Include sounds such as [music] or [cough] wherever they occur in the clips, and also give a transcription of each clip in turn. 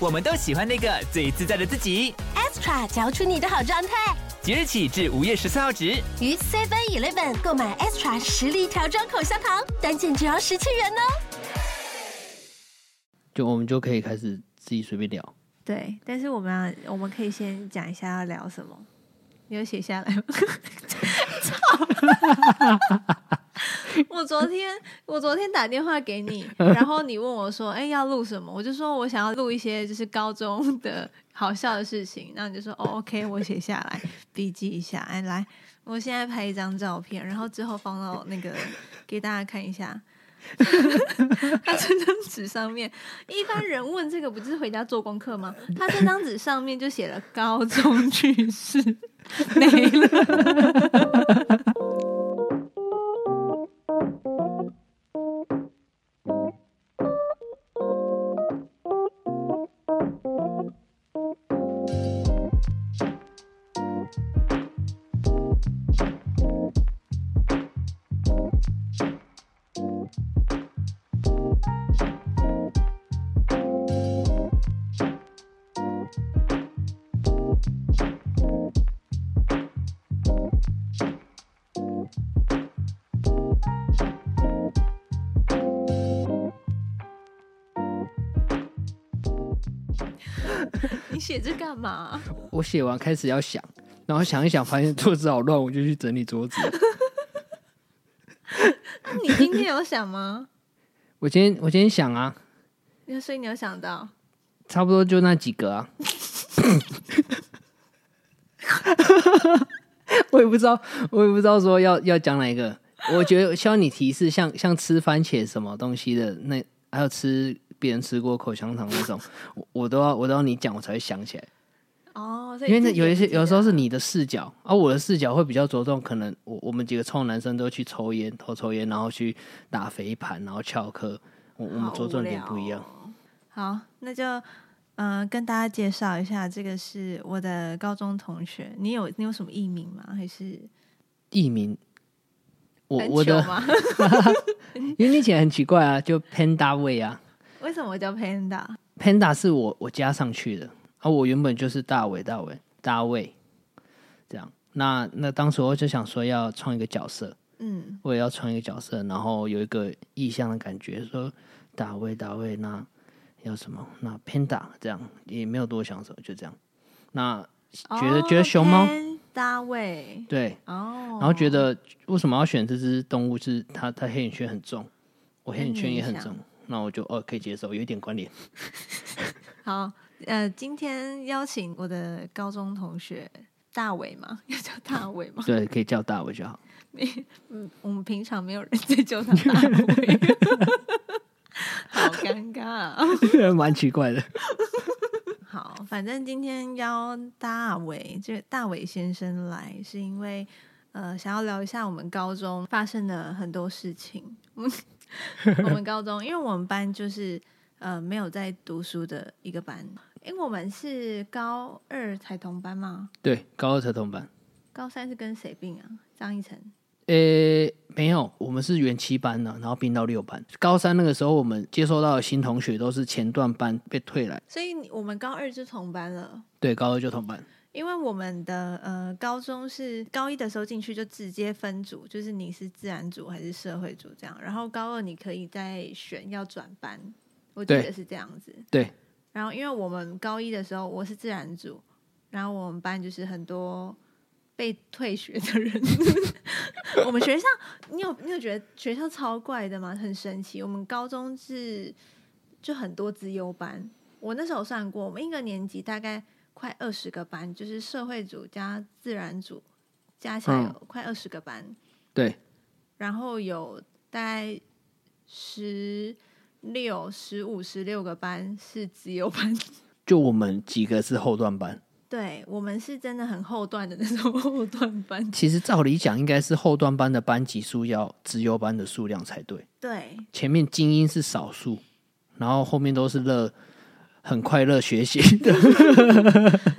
我们都喜欢那个最自在的自己。 extra 嚼出你的好状态。即日起至五月十四号止。于 Seven Eleven 购买 extra 实力调装口香糖，单件只要十七元哦。就我们就可以开始自己随便聊。对，但是我们要，我们可以先讲一下要聊什么，你有写下来吗？ [laughs] 操！ [laughs] 我昨天我昨天打电话给你，然后你问我说：“哎、要录什么？”我就说我想要录一些就是高中的好笑的事情。然后你就说：“哦，OK，我写下来，笔记一下。”哎，来，我现在拍一张照片，然后之后放到那个给大家看一下。 [laughs] 他这张纸上面，一般人问这个不就是回家做功课吗？他这张纸上面就写了高中趣事，没了。 [laughs] 你写这干嘛？我写完开始要想，然后想一想，发现桌子好乱，我就去整理桌子。那你今天有想吗？我今天我今天想啊，所以你有想到？差不多就那几个啊。 [laughs] 我也不知道，我也不知道说要要讲哪一个。我觉得需要你提示，像像吃番茄什么东西的那，还有吃别人吃过口香糖那种，我我都要我都要你讲，我才会想起来。哦，所以因为那自己有一些自己的有时候是你的视角，而、我的视角会比较着重，可能我我们几个臭男生都去抽烟、偷抽烟，然后去打肥盘，然后翘课。我我们好嗯着重点无聊不一样。哦。好，那就嗯、呃跟大家介绍一下，这个是我的高中同学。你有你有什么艺名吗？还是艺名，我很我糗的，吗？ [laughs] 因 [laughs] 为你以前很奇怪啊，就 Panda 味啊为什么我叫 Panda？ ，Panda 是我我加上去的啊，我原本就是大伟大伟大卫这样。那那当时我就想说要创一个角色，嗯，我也要啊穿一个角色，然后有一个意向的感觉，说大卫大卫那要什么那 panda 这样也没有多想什么，就这样。那觉得、觉得熊猫大卫对，哦，然后觉得为什么要选这只动物？是它它黑眼圈很重，我黑眼圈也很那你重，那我就哦可以接受，有一点关联。好，呃，今天邀请我的高中同学大伟嘛， [laughs] 要叫大 [laughs] 伟吗？ [laughs] 对，可以叫大卫就好。嗯，我们平常没有人在叫他大伟，好尴尬啊、蛮奇怪的，好，反正今天邀大伟，这大伟先生来，是因为呃，想要聊一下我们高中发生的很多事情。我们我们高中，因为我们班就是呃没有在读书的一个班，因为我们是高二才同班嘛，对，高二才同班。高三是跟谁并啊？张一晨。呃、没有，我们是原七班的，然后并到六班。高三那个时候，我们接收到的新同学都是前段班被退来，所以你我们高二就同班了。对，高二就同班。因为我们的呃高中是高一的时候进去就直接分组，就是你是自然组还是社会组这样，然后高二你可以再选要转班，我记对得是这样子。对，然后因为我们高一的时候我是自然组，然后我们班就是很多被退学的人。 [laughs] 我们学校，你有你有觉得学校超怪的吗？很神奇。我们高中是就很多资优班，我那时候算过，我们一个年级大概快二十个班，就是社会组加自然组加起来嗯有快二十个班，对，然后有大概十六、十五、十六个班是资优班。 [laughs] 就我们几个是后段班。对我们是真的很后段的那种 [laughs] 后段班。其实照理讲，应该是后段班的班级数要资优班的数量才对。对， [laughs] 前面精英是少数，然后后面都是乐很快乐学 [laughs] 习的。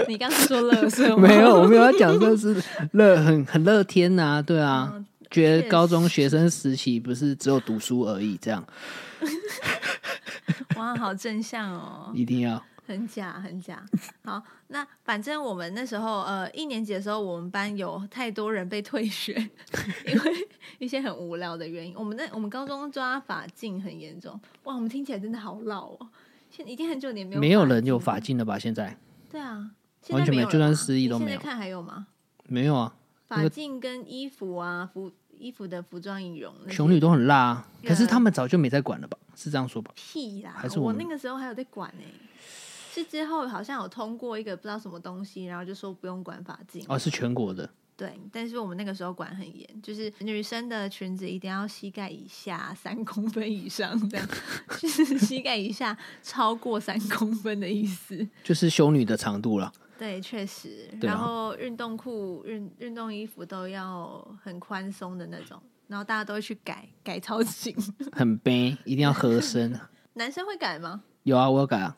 你刚是说乐色吗？没有，我没有要讲乐是乐很很乐天呐、对啊，嗯觉确得高中学生时期不是只有读书而已，这样哇，好正向哦。一定要很假，很假。好，那反正我们那时候，呃，一年级的时候，我们班有太多人被退学， [laughs] 因为一些很无聊的原因。我们那我们高中抓法禁很严重，哇，我们听起来真的好老哦。现已经很久年没有没有人有法法禁禁了吧？现在了，对啊，现完在全没有了就算吧失忆你都没现有在看还有吗？没有啊，那法个禁跟衣服啊，服衣服的服装仪容那些，熊女都很辣、嗯啊，对啊可是他们早就没在管了吧？是这样说吧？屁啦！还是我我们那个时候还有在管呢、是之后好像有通过一个不知道什么东西，然后就说不用管法禁。哦，是全国的，对，但是我们那个时候管很严，就是女生的裙子一定要膝盖以下三公分以上，这样 [laughs] 就是膝盖以下超过三公分的意思。就是修女的长度 [laughs] 了。对，确实。对啊然后运动裤、运运动衣服都要很宽松的那种，然后大家都会去改，改超紧。很悲，一定要合身。男生会改吗？有啊，我有改啊。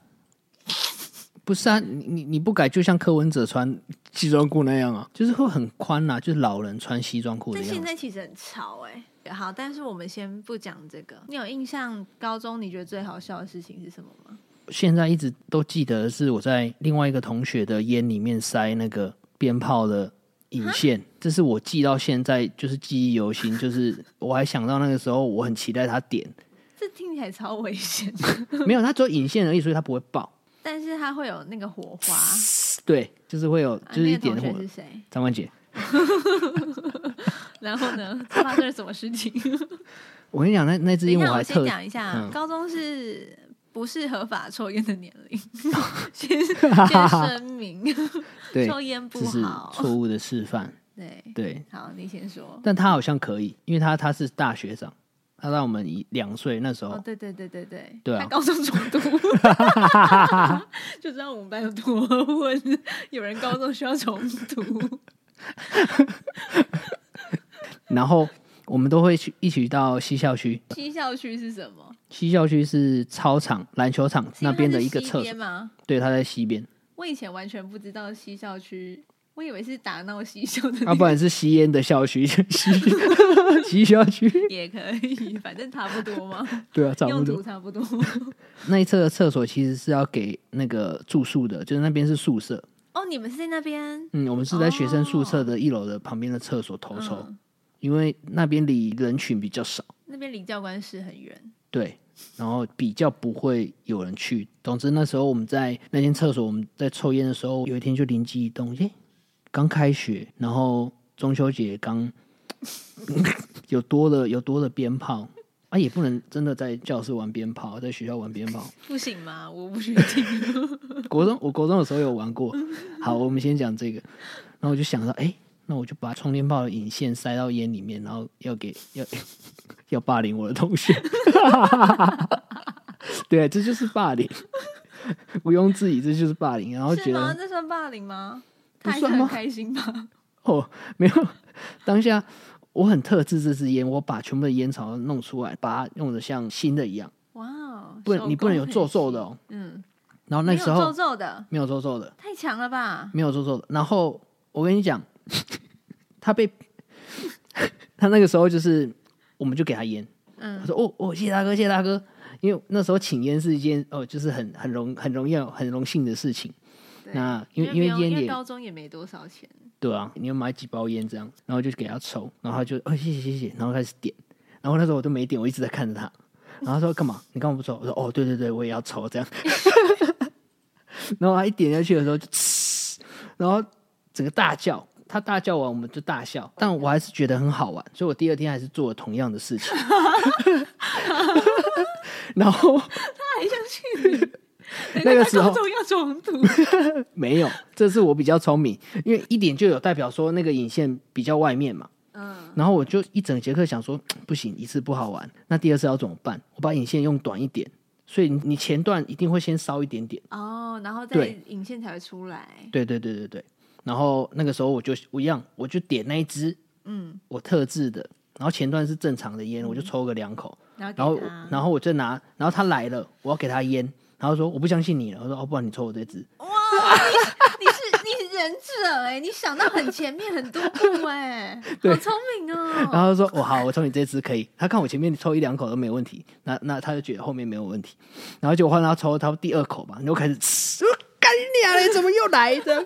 不是啊，你你你不改，就像柯文哲穿西装裤那样啊，就是会很宽啦、就是老人穿西装裤的但样现子。在其实很潮哎、好，但是我们先不讲这个。你有印象高中你觉得最好笑的事情是什么吗？现在一直都记得是我在另外一个同学的烟里面塞那个鞭炮的引线，这是我记到现在就是记忆犹新，就是我还想到那个时候我很期待它点，这听起来超危险的，没有它只有引线而已，所以它不会爆。但是它会有那个火花。对，就是会有 [laughs] 啊就是一那个点同火学。是谁？张冠杰，然后呢， [laughs] 发生了什么事情？我跟你讲，那那支等一烟下，还我先特讲一下，嗯高中是不是合法抽烟的年 [laughs] 龄？先先声明， [laughs] 对，抽烟不这是好。错误的示范。对，对，好，你先说。但他好像可以，因为他他是大学长，他让我们一两岁那时候，哦，对对对对对，对啊他高中中毒， [laughs] 就知道我们班有多混，有人高中需要重读。 [laughs] 然后我们都会去一起到西校区。西校区是什么？西校区是操场篮球场是因那为边它的是一个西厕边所，吗？对，他在西边，我以前完全不知道西校区，我以为是打闹西校的地啊，方不然是吸烟的校区，西 [laughs] 西校区， [laughs] 也可以，反正差不多嘛，对 [laughs] 啊，差不用途多。差不多。那一侧的厕所其实是要给那个住宿的，就是那边是宿舍，哦，你们是在那边？嗯，我们是在学生宿舍的一楼的旁边的厕所嗯偷抽，因为那边离人群比较少。那边离教官室很远。对，然后比较不会有人去。总之那时候我们在那间厕所，我们在抽烟的时候，有一天就灵机一动，诶，刚开学，然后中秋节刚 [laughs] 有多了有多了鞭炮。啊，也不能真的在教室玩鞭炮，在学校玩鞭炮。不行吗？ [laughs] 我不确定。国中，我国中的时候有玩过。好，我们先讲这个。然后我就想到，诶，那我就把充电炮的引线塞到烟里面，然后要给要要霸凌我的同学。 [laughs] 对，这就是霸凌，毋庸置疑，这就是霸凌。然后是觉吗？得这算霸凌吗？不他还是算很吗开心吧？哦，没有，当下我很特制这支烟，我把全部的烟草弄出来，把它弄得像新的一样，哇哦！不手能你不工能有很皱皱的细。哦。嗯，然后那没有时皱候皱的，没有皱皱的，太强了吧？没有做错的。然后我跟你讲， [laughs] 他被 [laughs] 他那个时候就是，我们就给他烟。嗯我说哦哦，谢谢大哥，谢谢大哥。因为那时候请烟是一件哦，就是很很荣很荣耀很荣幸的事情。对那因为因因为不用烟因为也高中也没多少钱，对啊，你要买几包烟这样，然后就给他抽，然后他就哦谢谢谢谢，然后开始点，然后那时候我都没点，我一直在看着他，然后他说干嘛？你干嘛不抽？我说哦对对对，我也要抽这样， [laughs] 然后他一点下去的时候就呲，然后整个大叫，他大叫完我们就大笑，但我还是觉得很好玩，所以我第二天还是做了同样的事情， [laughs] 然后？还想去 [laughs] 那个时候高中要中毒， [laughs] 没有，这是我比较聪明，因为一点就有代表说那个引线比较外面嘛。嗯，然后我就一整节课想说，不行，一次不好玩，那第二次要怎么办？我把引线用短一点，所以你你前段一定会先烧一点点。哦，然后再对引线才会出来。对对对对对。然后那个时候我就我一样，我就点那一支嗯，我特制的，然后前段是正常的烟，我就抽个两口，然然后后给他，然后我就拿，然后他来了，我要给他烟，然后说我不相信你了，我说哦，不然你抽我这支，你是你是忍者哎、你想到很前面很多步哎、 [laughs] 对好聪明然哦。后他说：“哦，好，我抽你这支可以。”他看我前面抽一两口都没有问题，那那他就觉得后面没有问题。然后就换他抽他第二口吧，然后开始吃，我干你娘嘞，怎么又来 [laughs] 的？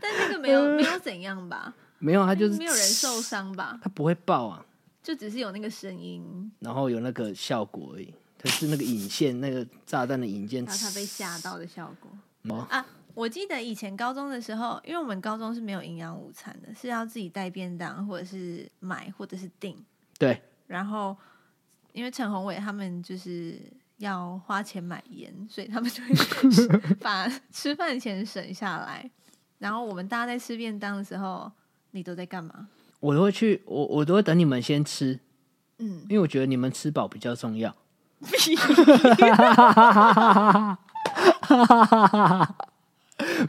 但那个没有没有怎样吧，没有，他嗯就是没有人受，伤吧，他不会爆啊，就只是有那个声音，然后有那个效果而已。可是那个引线，那个炸弹的引线，然后他被吓到的效果。哦啊，我记得以前高中的时候，因为我们高中是没有营养午餐的，是要自己带便当或者是买或者是订。对，然后因为陈宏伟他们就是要花钱买盐，所以他们 [laughs] 就会把吃饭钱省下来。然后我们大家在吃便当的时候，你都在干嘛？我都会去，我我都会等你们先吃，嗯，因为我觉得你们吃饱比较重 [laughs] 要。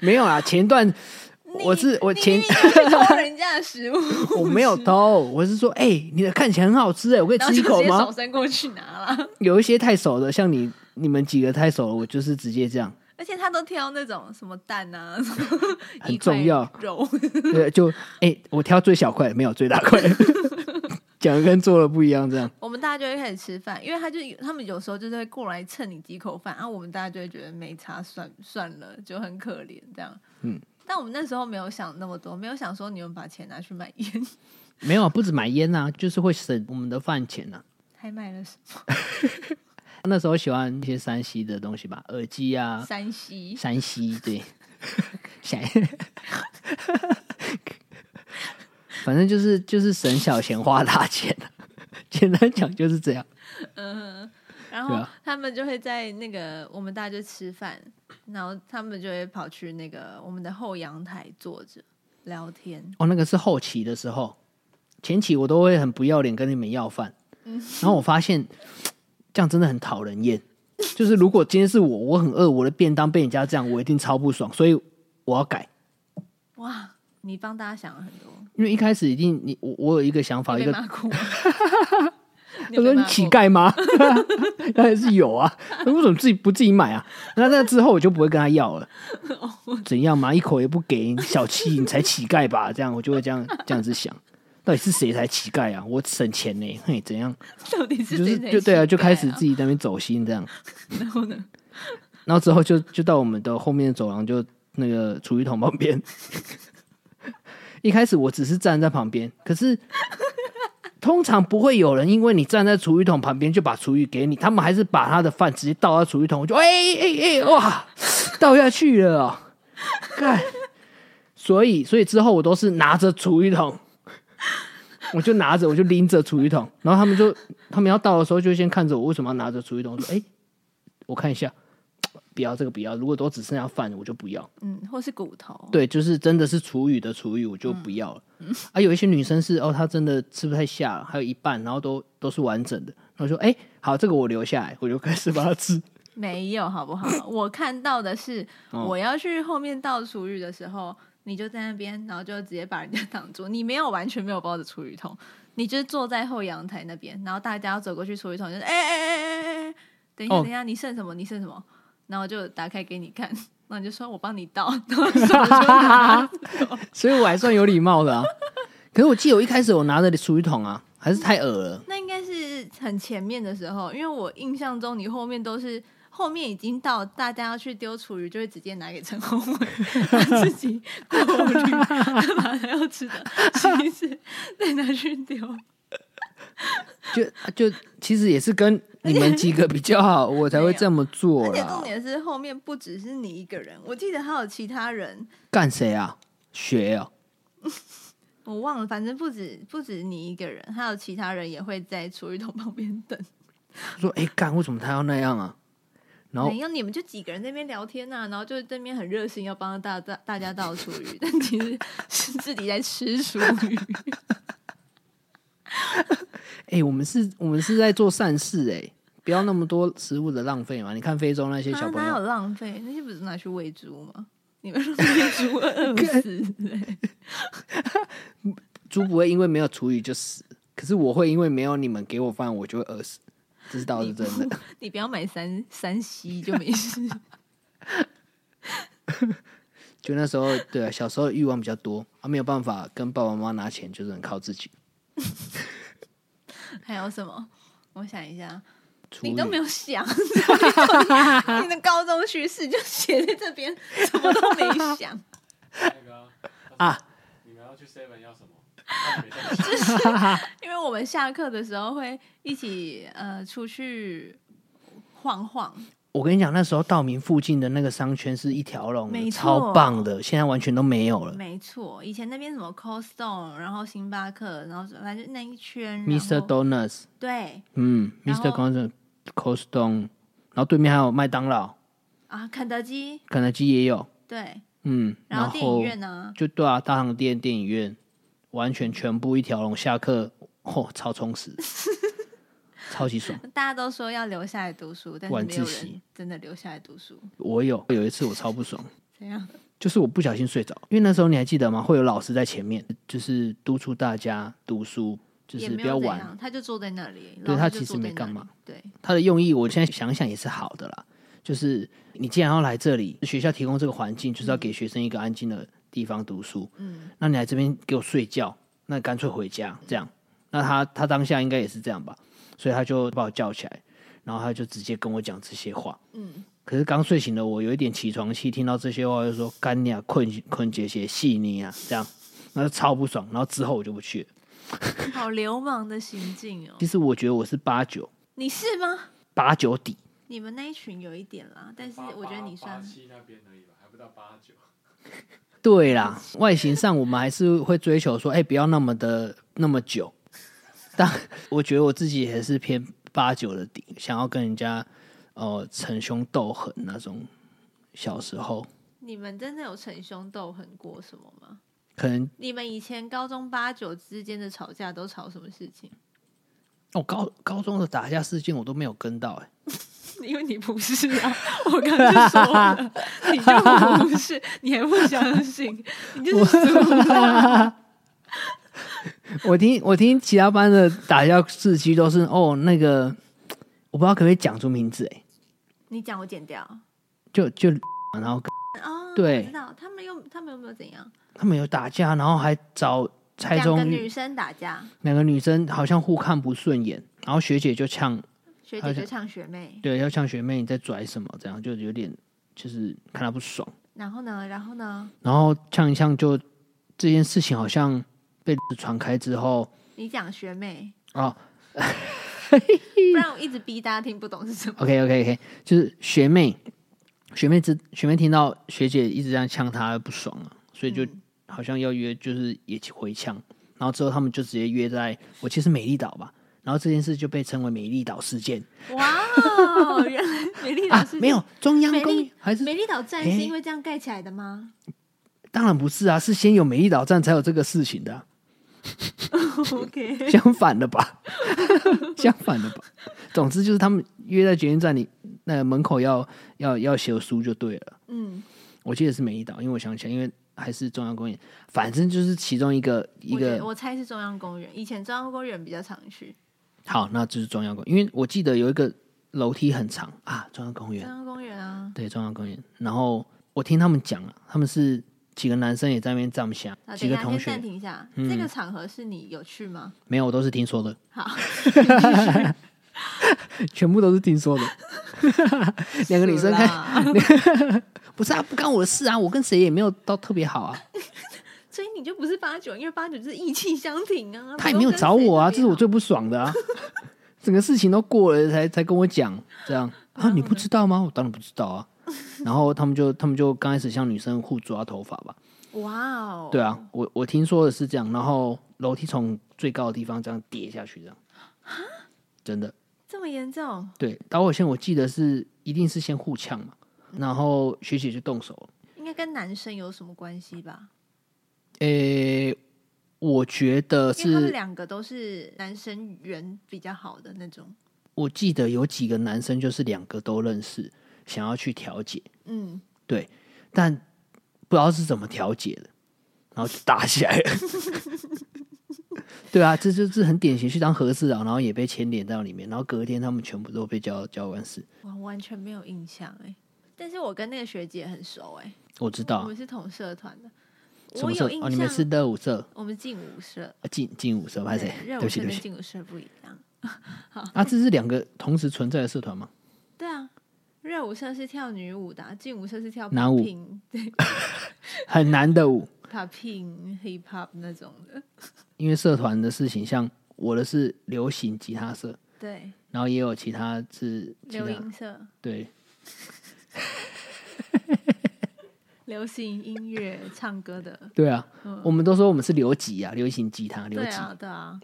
没有啦，啊前段我是我你前你去偷人家的食 [laughs] 物，我没有偷，我是说，哎、你的看起来很好吃哎、我可以然后吃一就口直接手吗？伸过去拿了。 [laughs] 有一些太熟的，像你你们几个太熟了，我就是直接这 [laughs] 样，而且他都挑那种什么蛋啊，什么很 [laughs] 一块重要肉，对，就哎、我挑最小块的，没有最大 [laughs] 块的，讲的跟做的不一样，这样我们大家就会开始吃饭，因为他就有他们有时候就是会过来蹭你几口饭，然、后我们大家就会觉得没差，算算了，就很可怜这样。嗯，但我们那时候没有想那么多，没有想说你们把钱拿去买烟， [laughs] 没有啊，不止买烟啊，就是会省我们的饭钱啊。还买了什那时候喜欢一些山西的东西吧，耳机么啊，山西，山西 [laughs] 对，山，反正就是就是省小钱花大钱、啊，简单讲就是这样。嗯，然对后啊他们就会在那个我们大家就吃饭，然后他们就会跑去那个我们的后阳台坐着聊天，哦，那个是后期的时候，前期我都会很不要脸跟你们要饭，嗯然后我发现这样真的很讨人厌。就是如果今天是我，我很饿，我的便当被人家这样，我一定超不爽，所以我要改。哇，你帮大家想了很多，因为一开始一定你我啊我有一个想法，你一被个骂哭吗。我有说被骂你过乞丐吗？ [laughs] 当然是有啊，那为什么自己不自己买啊？那那之后我就不会跟他要了。哦怎样嘛，一口也不给，你小气，你才乞丐吧？这样我就会这样这样子想，到底是谁才乞丐啊？我省钱呢、嘿，怎样？ [laughs] 到底 [laughs] 是就谁是在就对啊，就开始乞丐啊自己在那边走心这样。 [laughs] 然后呢， [laughs] 然后之后就就到我们的后面走廊，就那个厨余桶旁边。 [laughs] 一开始我只是站在旁边，可是通常不会有人因为你站在厨余桶旁边就把厨余给你，他们还是把他的饭直接倒到厨余桶，我就哎哎哎哇，倒下去了、哦， [laughs] 干！所以所以之后我都是拿着厨余桶，我就拿着我就拎着厨余桶，然后他们就他们要倒的时候就先看着我为什么要拿着厨余桶，我说哎、我看一下，不要这个不要，如果都只剩下饭，我就不要。嗯，或是骨头，对，就是真的是厨余的厨余，我就不要了。啊，有一些女生是哦，她真的吃不太下了，还有一半，然后都都是完整的。然后说，哎、好，这个我留下来，我就开始把它吃。没有好不好？我看到的是，哦我要去后面倒厨余的时候，你就在那边，然后就直接把人家挡住，你没有完全没有包着厨余桶，你就是坐在后阳台那边，然后大家要走过去厨余桶，就是哎哎哎哎哎哎，等一下哦等一下，你剩什么？你剩什么？然后就打开给你看，然后你就说我帮你倒，然后什么就拿走所以我还算有礼貌的啊。可是我记得我一开始我拿着厨余桶啊，还是太恶了。那应该是很前面的时候，因为我印象中你后面都是后面已经到大家要去丢厨余，就会直接拿给陈宏伟他自己过滤，他把他要吃的其实再拿去丢。就就其实也是跟你们几个比较好，我才会这么做而且啦重。点是后面不只是你一个人，我记得还有其他人，干谁啊？学哦、我忘了，反正不止不止你一个人，还有其他人也会在厨余桶旁边等。说哎干、为什么他要那样啊？然后没有，你们就几个人在那边聊天呐、啊然后就在那边很热心要帮大大大家倒厨余，但其 [laughs] 实是自己在吃厨余。哎、我们是，我们是在做善事哎、不要那么多食物的浪费嘛。你看非洲那些小啊朋哪有友，浪费？那些不是拿去喂猪吗？你 [laughs] 们让喂猪饿死嘞！猪不会因为没有厨余就死，可是我会因为没有你们给我饭，我就会饿死。这是哦倒是真的。你不要买三三西就没事。就那时候，对啊，小时候欲望比较多，啊，没有办法跟爸爸妈妈拿钱，就只能靠自己。还有什么？我想一下，厨你余都没有想，你的高中叙事就写在这边，什么都没想。那个啊啊，你们要去 Seven 要什么？那你没带钱因为我们下课的时候会一起呃出去晃晃，我跟你讲，那时候道明附近的那个商圈是一条龙的，没错超棒的，现在完全都没有了。没错。以前那边什么 Cold Stone，然后星巴克，然后反正那一圈然 Mr. 后 Donuts，对嗯然后，Mr. Donuts Cold Stone，然后对面还有麦当劳、啊，肯德基肯德基也有，对，嗯，然后电影院呢、就对啊，大航店、电影院，完全全部一条龙，下课哦，超充 [laughs] 实，超级爽。大家都说要留下来读书，但是晚没有自习人真的留下来读书，我有有一次我超不爽，怎样？就是我不小心睡着，因为那时候你还记得吗？会有老师在前面，就是督促大家读书，就也是不没要有怎玩。样，他就坐在那里，对老师他其就实坐在没干那里嘛，对，他的用意，我现在想想也是好的啦。就是你既然要来这里，学校提供这个环境，就是要给学生一个安静的地方读书。嗯，那你来这边给我睡觉，那干脆回家这样。那他他当下应该也是这样吧，所以他就把我叫起来，然后他就直接跟我讲这些话。嗯，可是刚睡醒的我有一点起床气，听到这些话就说干你啊，困困姐姐细腻啊，这样，那就超不爽。然后之后我就不去了。好流氓的行径哦其，实我觉得我是八九你是吗？八九底，你们那一群有一点啦，但是八我觉得八你算八七那边而已吧，还不到八九。对啦，外形上我们还是会追求说，哎、不要那么的那么久。但 [laughs] 我觉得我自己还是偏八九的底，想要跟人家呃逞凶斗狠那种。小时候你们真的有逞凶斗狠过什么吗？可能你们以前高中八九之间的吵架都吵什么事情？我、哦、高高中的打架事件我都没有跟到、哎， [laughs] 因为你不是啊，我刚就说了，你就不是，你还不相信，你就是输了。我听我听其他班的打架事迹都是哦那个我不知道可不可以讲出名字哎、 [laughs] 你讲我剪掉就就然后哦，对我知道他们又他们有没有怎样？他们有打架，然后还找蔡两个宗玉女生打架，两个女生好像互看不顺眼，然后学姐就呛学好姐像就唱学妹，对，要呛学妹你在拽什么？这样就有点就是看她不爽，然后呢，然后呢，然后呛一呛就这件事情好像被传开之后你讲学妹，啊嗯不然我一直逼大家听不懂是什么。 ，OK OK OK，就是学妹学妹知学妹听到学姐一直这样呛她不爽啊，所以就嗯好像要约，就是也回呛，然后之后他们就直接约在我其实美丽岛吧，然后这件事就被称为美丽岛事件哇哦，原来美丽老啊师、，没有中央美公丽园还是美丽岛站是因为这样盖起来的吗？当然不是啊，是先有美丽岛站才有这个事情 [laughs] 的啊、 OK，相反的吧， [laughs] 相反的吧。总之就是他们约在捷运站里那个门口要要要写书就对了。 [laughs] 嗯，我记得是美丽岛，因为我想起来，因为还是中央公园，反正就是其中一个一我觉得个我猜是中央公园，以前中央公园比较常去，好，那就是中央公园，因为我记得有一个楼梯很长啊，中央公中园央公园啊，对中央公园。然后我听他们讲了、他们是几个男生也在那边站不下，啊，几等一个下同先暂学嗯停一下，这个场合是你有去吗？没有，我都是听说的。好， [laughs] 全部都是听 [laughs] 说的。两个女生看， [laughs] 看，不是啊，不干我的事啊，我跟谁也没有到特别好啊，所以你就不是八九，因为八九就是意气相挺啊，他也没有找我啊，不这是我用跟谁最不爽的 [laughs] 啊。整个事情都过了才才跟我讲，这样啊，你不知道吗？我当然不知道啊。然后他们就他们就刚开始向女生互抓头发吧，特别好哇哦，对啊，我我听说的是这样，然后楼梯从最高的地方这样跌下去，这样，真的。这么严重，对，导火线我记得是一定是先互呛嘛，嗯然后学姐就动手了。应该跟男生有什么关系吧？诶、我觉得因为他们是两个都是男生缘比较好的那种，我记得有几个男生就是两个都认识，想要去调解，嗯，对，但不知道是怎么调解的，然后就打起来了。 [laughs] 对啊，这就是很典型，去当和事佬，然后也被牵连到里面，然后隔天他们全部都被交交官司。我完全没有印象哎、但是我跟那个学姐很熟哎、我知道我啊们是同社团的，什我么社有印象。哦，你们是热舞社、我们劲舞社，啊劲劲舞社，拍谁？对热不舞起，社对跟不起劲舞社不一样。啊，这是两个同时存在的社团吗？对啊，热舞社是跳女舞的啊、劲舞社是跳男舞 popping 对很难的舞， popping [laughs] hip hop 那种的。因为社团的事情，像我的是流行吉他社，对，然后也有其他是其流他音社、对流行音乐、唱歌的。对啊，嗯我们都说我们是流吉啊，流行吉他 [laughs] 流对吉。啊，对啊，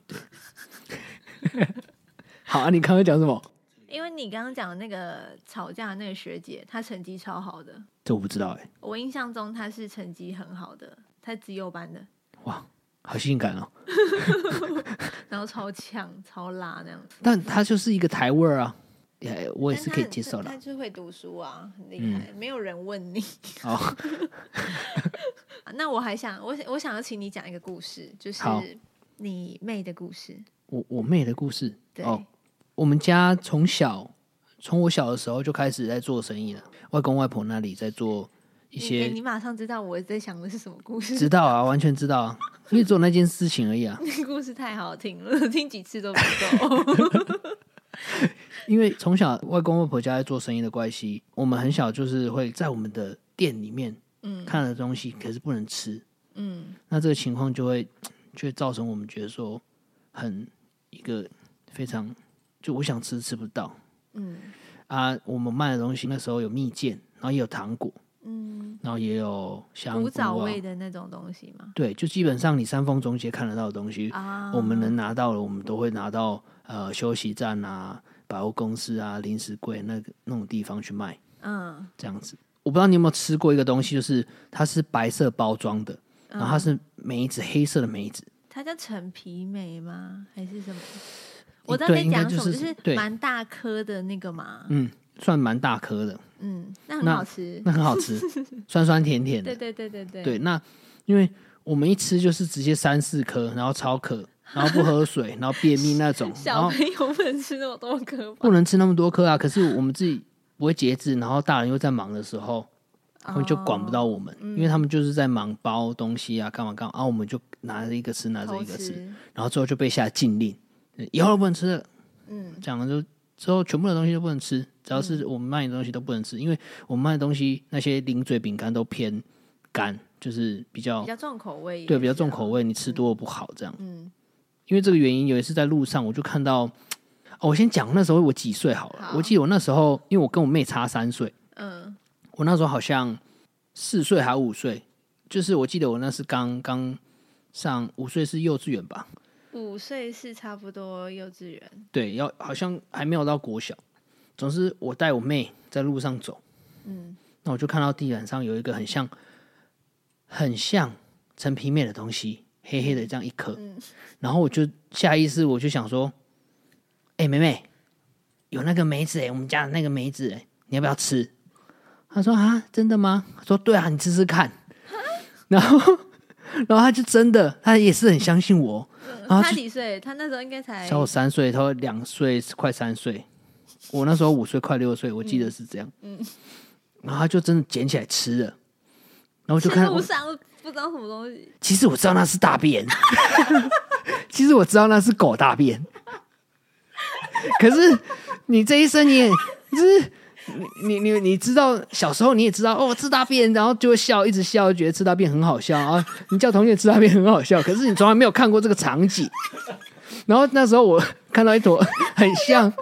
好啊，你刚刚讲什么？因为你刚刚讲的那个吵架的那个学姐，她成绩超好的。这我不知道哎、我印象中她是成绩很好的，她自幼班的，哇，好性感哦！然后超呛、超辣那样子。但他就是一个台味儿啊，也我也是可以接受嗯她的就会读书啊，很厉害，没有人问你。哦。 [laughs] 那我还想，我想我想要请你讲一个故事，就是好你妹的故事。我我妹的故事对，哦，我们家从小从我小的时候就开始在做生意了，外公外婆那里在做一你些诶你马上知道我在想的是什么故 [laughs] 事，知道啊，完全知道啊，因为只有那件事情而已啊。那个 [laughs] 故事太好听了，听几次都不够。 [laughs] 因为从小外公外婆家在做生意的关系，我们很小就是会在我们的店里面，嗯看了东西，可是不能吃。嗯，那这个情况就会就会造成我们觉得说很一个非常就我想吃吃不到。嗯啊，我们卖的东西那时候有蜜饯，然后也有糖果，嗯，然后也有香菇、古啊、早味的那种东西吗？对，就基本上你三峰中街看得到的东西，啊，我们能拿到了，我们都会拿到呃休息站啊、百货公司啊、零食柜那个那种地方去卖，嗯这样子。我不知道你有没有吃过一个东西，就是它是白色包装的，然嗯后它是梅子，黑色的梅子，它叫陈皮梅吗？还是什么？对我知道在应该讲什么，就就是是对蛮大颗的那个嘛。嗯，算蛮大颗的，嗯，那很那好吃。那很好 [laughs] 吃，酸酸甜甜的对。对对对对。对，那因为我们一吃就是直接三四颗，然后超渴，然后不喝水，然后便秘那种，然 [laughs] 小后朋友不能吃那么多颗吧？不能吃那么多颗啊。可是我们自己不会节制，然后大人又在忙的时候，他们就哦管不到我们，嗯因为他们就是在忙包东西啊，干嘛干嘛啊，我们就拿着一个吃，拿着偷一个吃，吃。然后最后就被下禁令，以后都不能吃了，嗯，讲了就。之后全部的东西都不能吃，只要是我们卖的东西都不能吃，因为我们卖的东西那些零嘴饼干都偏干，就是比较比较啊重口味，对，比较重口。味，你吃多了不好这样。嗯，因为这个原因，有一次在路上我就看到，哦，我先讲那时候我几岁好了。好我记得我那时候，因为我跟我妹差三岁，嗯，我那时候好像四岁还五岁，就是我记得我那是刚刚上五岁是幼稚园吧？五岁是差不多幼稚园。对，要好像还没有到国小。总之，我带我妹在路上走，嗯，那我就看到地板上有一个很像、很像陈皮面的东西，黑黑的这样一颗。嗯然后我就下意识我就想说：“哎、妹妹，有那个梅子哎、我们家的那个梅子哎、你要不要吃？”她说：“啊，真的吗？”我说：“对啊，你吃吃看。” [laughs] 然后， [laughs] 然后她就真的，她也是很相信我。然后他就几岁？他那时候应该才小我三岁，他两岁快三岁，我那时候五岁快六岁，我记得是这样。嗯，然后他就真的捡起来吃了，然后我就吃看路我，上不知道什么东西。其实我知道那是大便， [laughs] 其实我知道那是狗大便，可是你这一生你也就是。你你你你知道小时候你也知道哦吃大便，然后就会笑，一直笑，觉得吃大便很好笑啊。你叫同学吃大便很好笑，可是你从来没有看过这个场景。然后那时候我看到一坨很像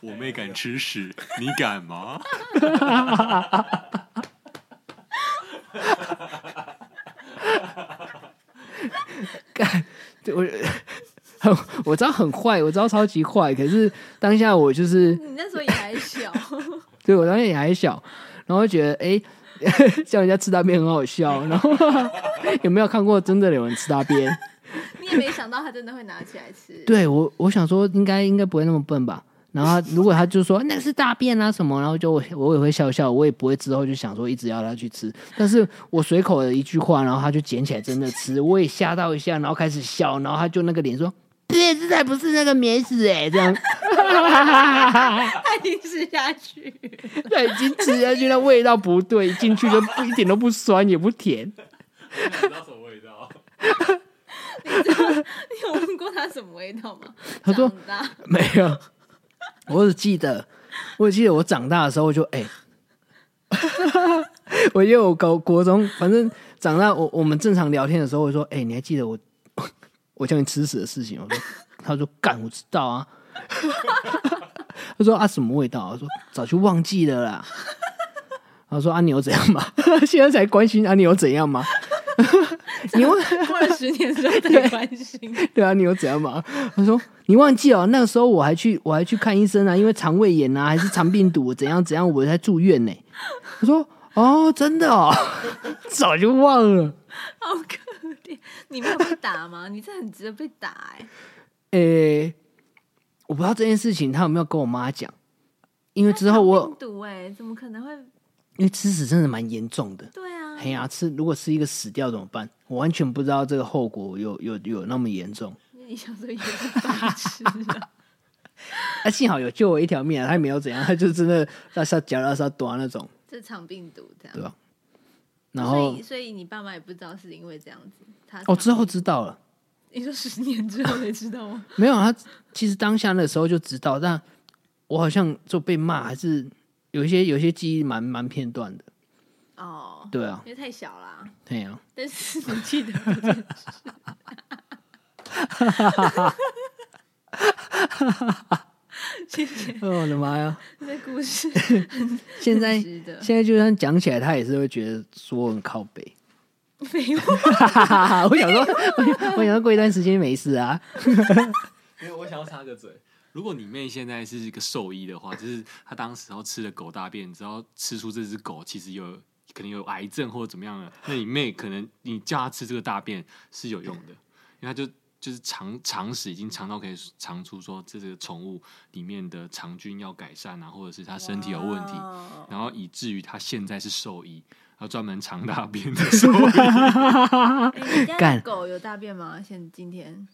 我妹敢吃屎，你敢 [laughs] 吗？对我 [laughs] 很我知道很坏，我知道超级坏，可是当下我就是你那时候也还小， [laughs] 对我当下也还小，然后觉得 [laughs] 哎， [laughs] 叫人家吃大便很好笑，然后有没有看过真的有人吃大便？你是没想到他真的会拿起来吃。， [laughs] 对我，我想说应该应该不会那么笨吧。然后他如果他就说那是大便啊什么，然后就我我也会笑笑，我也不会之后就想说一直要他去吃。但是我随口的一句话，然后他就捡起来真的吃，我也吓到一下，然后开始笑，然后他就那个脸说。对，这才不是那个免死哎、欸，这样， [laughs] 他已经吃下去。 [laughs] 他已经吃下去，那味道不对，一进去就不一点都不酸也不甜，知道什么味道？你有闻过它什么味道吗？他说长大 [laughs] 没有，我只记得，我只记得我长大的时候我就哎、 [laughs] 我记得我高国中，反正长大我我们正常聊天的时候，我说哎、你还记得我我叫你吃屎的事情？我说，他说干，我知道啊。 [laughs] 他说啊什么味道啊？我说早就忘记了啦。他说啊你有怎样嘛？ [laughs] 现在才关心啊你有怎样嘛？ [laughs] 你问过了十年之后才关心，对啊，你有怎样 [laughs] 嘛？他说你忘记了，那个时候我还去我还去看医生啊，因为肠胃炎啊，还是肠病毒怎样怎样，我才住院呢、我说哦，真的哦， [laughs] 早就忘了。好可怜。你没有被打吗？你这很值得被打哎、诶、我不知道这件事情他有没有跟我妈讲，因为之后我病毒哎、怎么可能会？因为吃屎真的蛮严重的。对啊，哎呀、吃如果吃一个死掉怎么办？我完全不知道这个后果有有有那么严重。你小时候也是白痴啊。 [laughs] 啊，幸好有救我一条命啊，他也没有怎样，他就真的拉撒脚拉撒短那种。这场病毒这样对，啊然后所以所以你爸妈也不知道是因为这样子，他哦，之后知道了，你说十年之后才知 [laughs] 道吗？没有他其实当下那时候就知道，但我好像就被骂，还是有一些有一些记忆蛮蛮片段的。哦，对啊因，为太小啦，对啊，但是你记得这 [laughs] 件事谢谢哦，我的妈 [laughs] 呀！这故事，现在值得现在就算讲起来，他也是会觉得说我很靠 [laughs] 北。废话，我想说，我想我想说过一段时间没事啊。因为我想要插个嘴。如果你妹现在是一个兽医的话，就是她当时候吃了狗大便，只要吃出这只狗其实有可能有癌症或者怎么样了，那你妹可能你叫她吃这个大便是有用的，因为她就就是尝尝试已经尝到可以尝出说这个宠物里面的肠菌要改善啊，或者是它身体有问题，哦然后以至于她现在是兽医，她专门尝大便的兽医。哎你家的干呃狗有大便吗？现今天，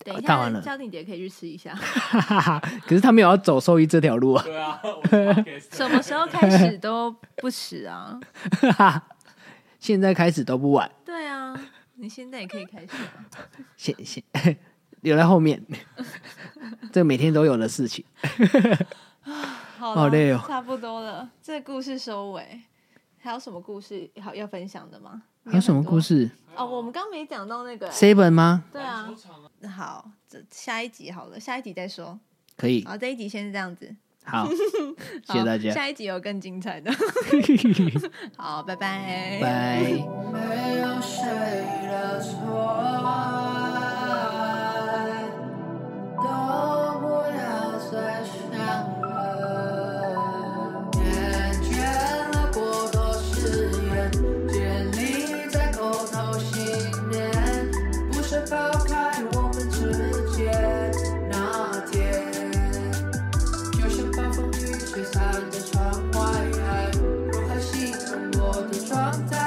等一大完下，了家庭姐可以去吃一下。可是他没有要走兽医这条路啊。对啊，我的 podcast 什么时候开始都不迟 [laughs] 啊？现在开始都不晚，对啊，你现在也可以开始啊。先先 [laughs] 留在后面，这每天都有的事情。好好了累哦差不多了。这个故事收尾，还有什么故事好要分享的吗？还有啊什么故事哦？我们刚没讲到那个、欸。 ？Seven 吗？对啊，好，这下一集好了，下一集再说。可以，好，这一集先是这样子。 [laughs] 好，谢好谢大家，下一集有更精 [laughs] 彩的。好，拜拜。拜。没有谁的错，都不要再想了。厌倦了过多誓言，建立在口头信念，不是抛开我们之间那天。就像暴风雨吹散的窗外，如何形容我的状态？I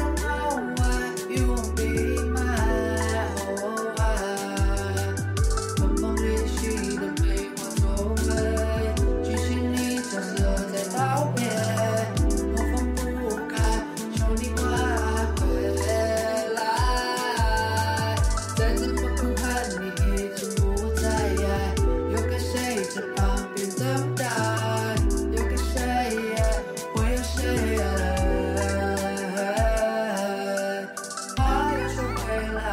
don't know why you won't be mine. I 梦梦里许的美化皱纹，剧情里角色在逃避，我放不开，求你快回来。在这么苦寒，你已经不在，有个谁在旁边等待？有个谁，会有谁？话要说回来，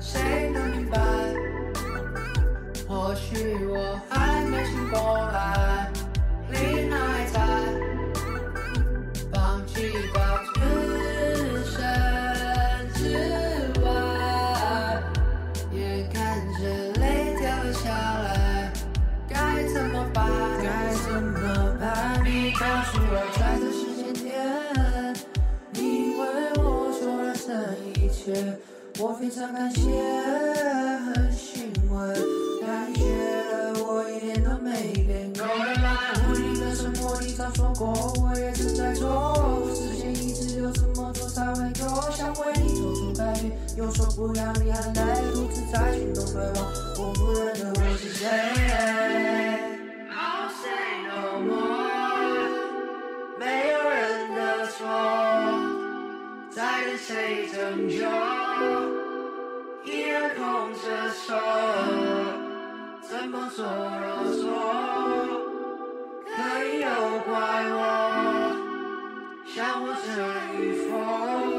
谁能明白？或许我还没醒过来，你还在。放弃到置身之外，眼看着泪掉了下来，该怎么办？该怎么办？你告诉我，在这时间点，你为我做了这一切，我非常感谢，很欣慰，感觉我一点都没变。够了啦，我你的沉默你早说过，我也正在做，时间一直有这么做才会够，想为你做出改变，又说不要你还来独自在心中回望，我不认得我是谁。I'll say no more，没有人的错。在等谁拯救？依然空着手，怎么说啰嗦？可以又怪我，想我这与否。oh,